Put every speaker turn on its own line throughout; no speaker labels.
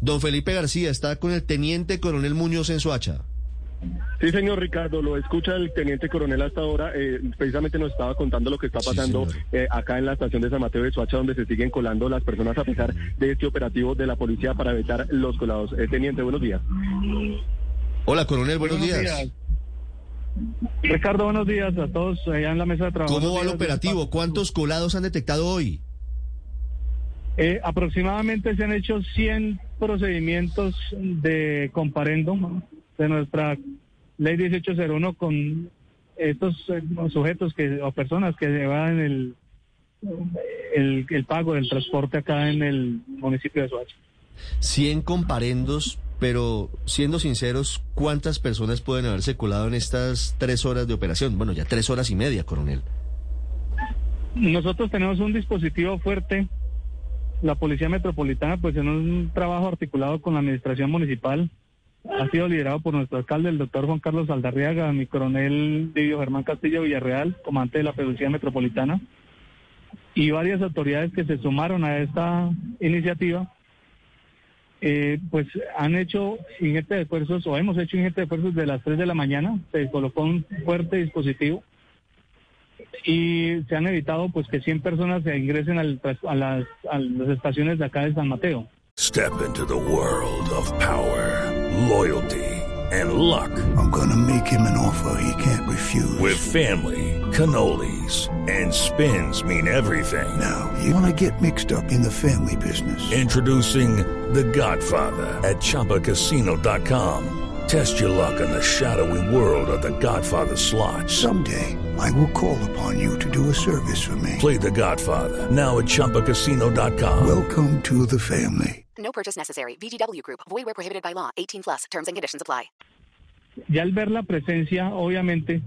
Don Felipe García está con el teniente coronel Muñoz en Soacha.
Sí, señor Ricardo, lo escucha el teniente coronel hasta ahora. eh, precisamente nos estaba contando lo que está
Sí,
pasando
señor.
eh, acá en la estación de San Mateo de Soacha, donde se siguen colando las personas a pesar de este operativo de la policía para evitar los colados. Eh, teniente, buenos días.
Hola, coronel, buenos, días.
Ricardo, buenos días a todos allá en la mesa de trabajo.
¿Cómo va el operativo? ¿Cuántos colados han detectado hoy?
Eh, aproximadamente se han hecho 100 procedimientos de comparendo de nuestra ley 1801 con estos eh, sujetos que o personas que llevan el, el, el pago del transporte acá en el municipio de Soacha.
100 comparendos, pero siendo sinceros, ¿cuántas personas pueden haberse colado en estas tres horas de operación? Bueno, ya tres horas y media, coronel.
Nosotros tenemos un dispositivo fuerte, la Policía Metropolitana, pues en un trabajo articulado con la Administración Municipal, ha sido liderado por nuestro alcalde, el doctor Juan Carlos Aldarriaga, mi coronel Livio Germán Castillo Villarreal, comandante de la Policía Metropolitana, y varias autoridades que se sumaron a esta iniciativa. eh, pues han hecho ingente de esfuerzos, o hemos hecho ingente de esfuerzos desde las 3 de la mañana, se colocó un fuerte dispositivo y se han evitado pues que 100 personas se ingresen al tras- a, las, a las estaciones de acá de San Mateo.
Step into the world of power, loyalty, and luck. I'm going to make him an offer he can't refuse. With family, cannolis, and spins mean everything. Now, you want to get mixed up in the family business. Introducing The Godfather at ChumbaCasino.com. Test your luck in the shadowy world of The Godfather slot. Someday, I will call upon you to do a service for me. Play The Godfather now at ChumbaCasino.com. Welcome to the family.
No purchase necessary. VGW Group. Void where prohibited by law. 18 plus. Terms and conditions apply.
Ya al ver la presencia, obviamente,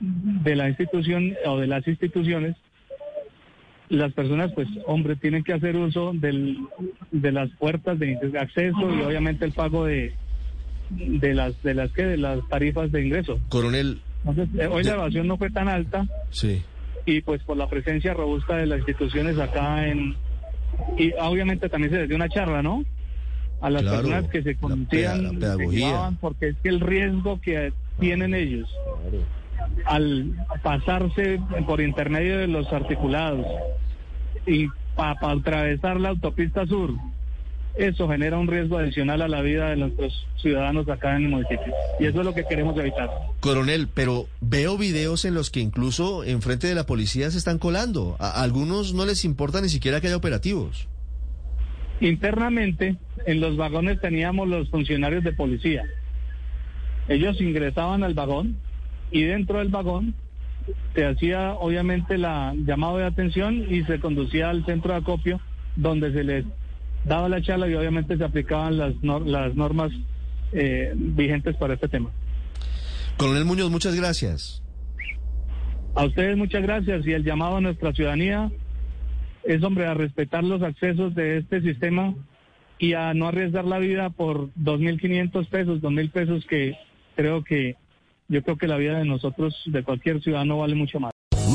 de la institución o de las instituciones, las personas, pues, hombre, tienen que hacer uso del, de las puertas de acceso y obviamente el pago de, de las de las que de las tarifas de ingreso.
Coronel,
Entonces, eh, hoy
Ya.
la evasión no fue tan alta,
sí.
y pues por la presencia robusta de las instituciones acá en y obviamente también se les dio una charla, ¿no? A las
Claro,
personas que se
la
conocían,
peda- la pedagogía.
porque es que el riesgo que tienen ellos al pasarse por intermedio de los articulados y para atravesar la autopista sur, eso genera un riesgo adicional a la vida de nuestros ciudadanos acá en el municipio. Y eso es lo que queremos evitar.
Coronel, pero veo videos en los que incluso enfrente de la policía se están colando. A a algunos no les importa ni siquiera que haya operativos.
Internamente, en los vagones teníamos los funcionarios de policía. Ellos ingresaban al vagón y dentro del vagón se hacía obviamente la llamado de atención y se conducía al centro de acopio donde se les daba la charla y obviamente se aplicaban las, nor- las normas eh, vigentes para este tema.
Coronel Muñoz, muchas gracias.
A ustedes muchas gracias y el llamado a nuestra ciudadanía es, hombre, a respetar los accesos de este sistema y a no arriesgar la vida por 2.500 pesos, 2.000 pesos que creo que, yo creo que la vida de nosotros, de cualquier ciudadano, vale mucho más.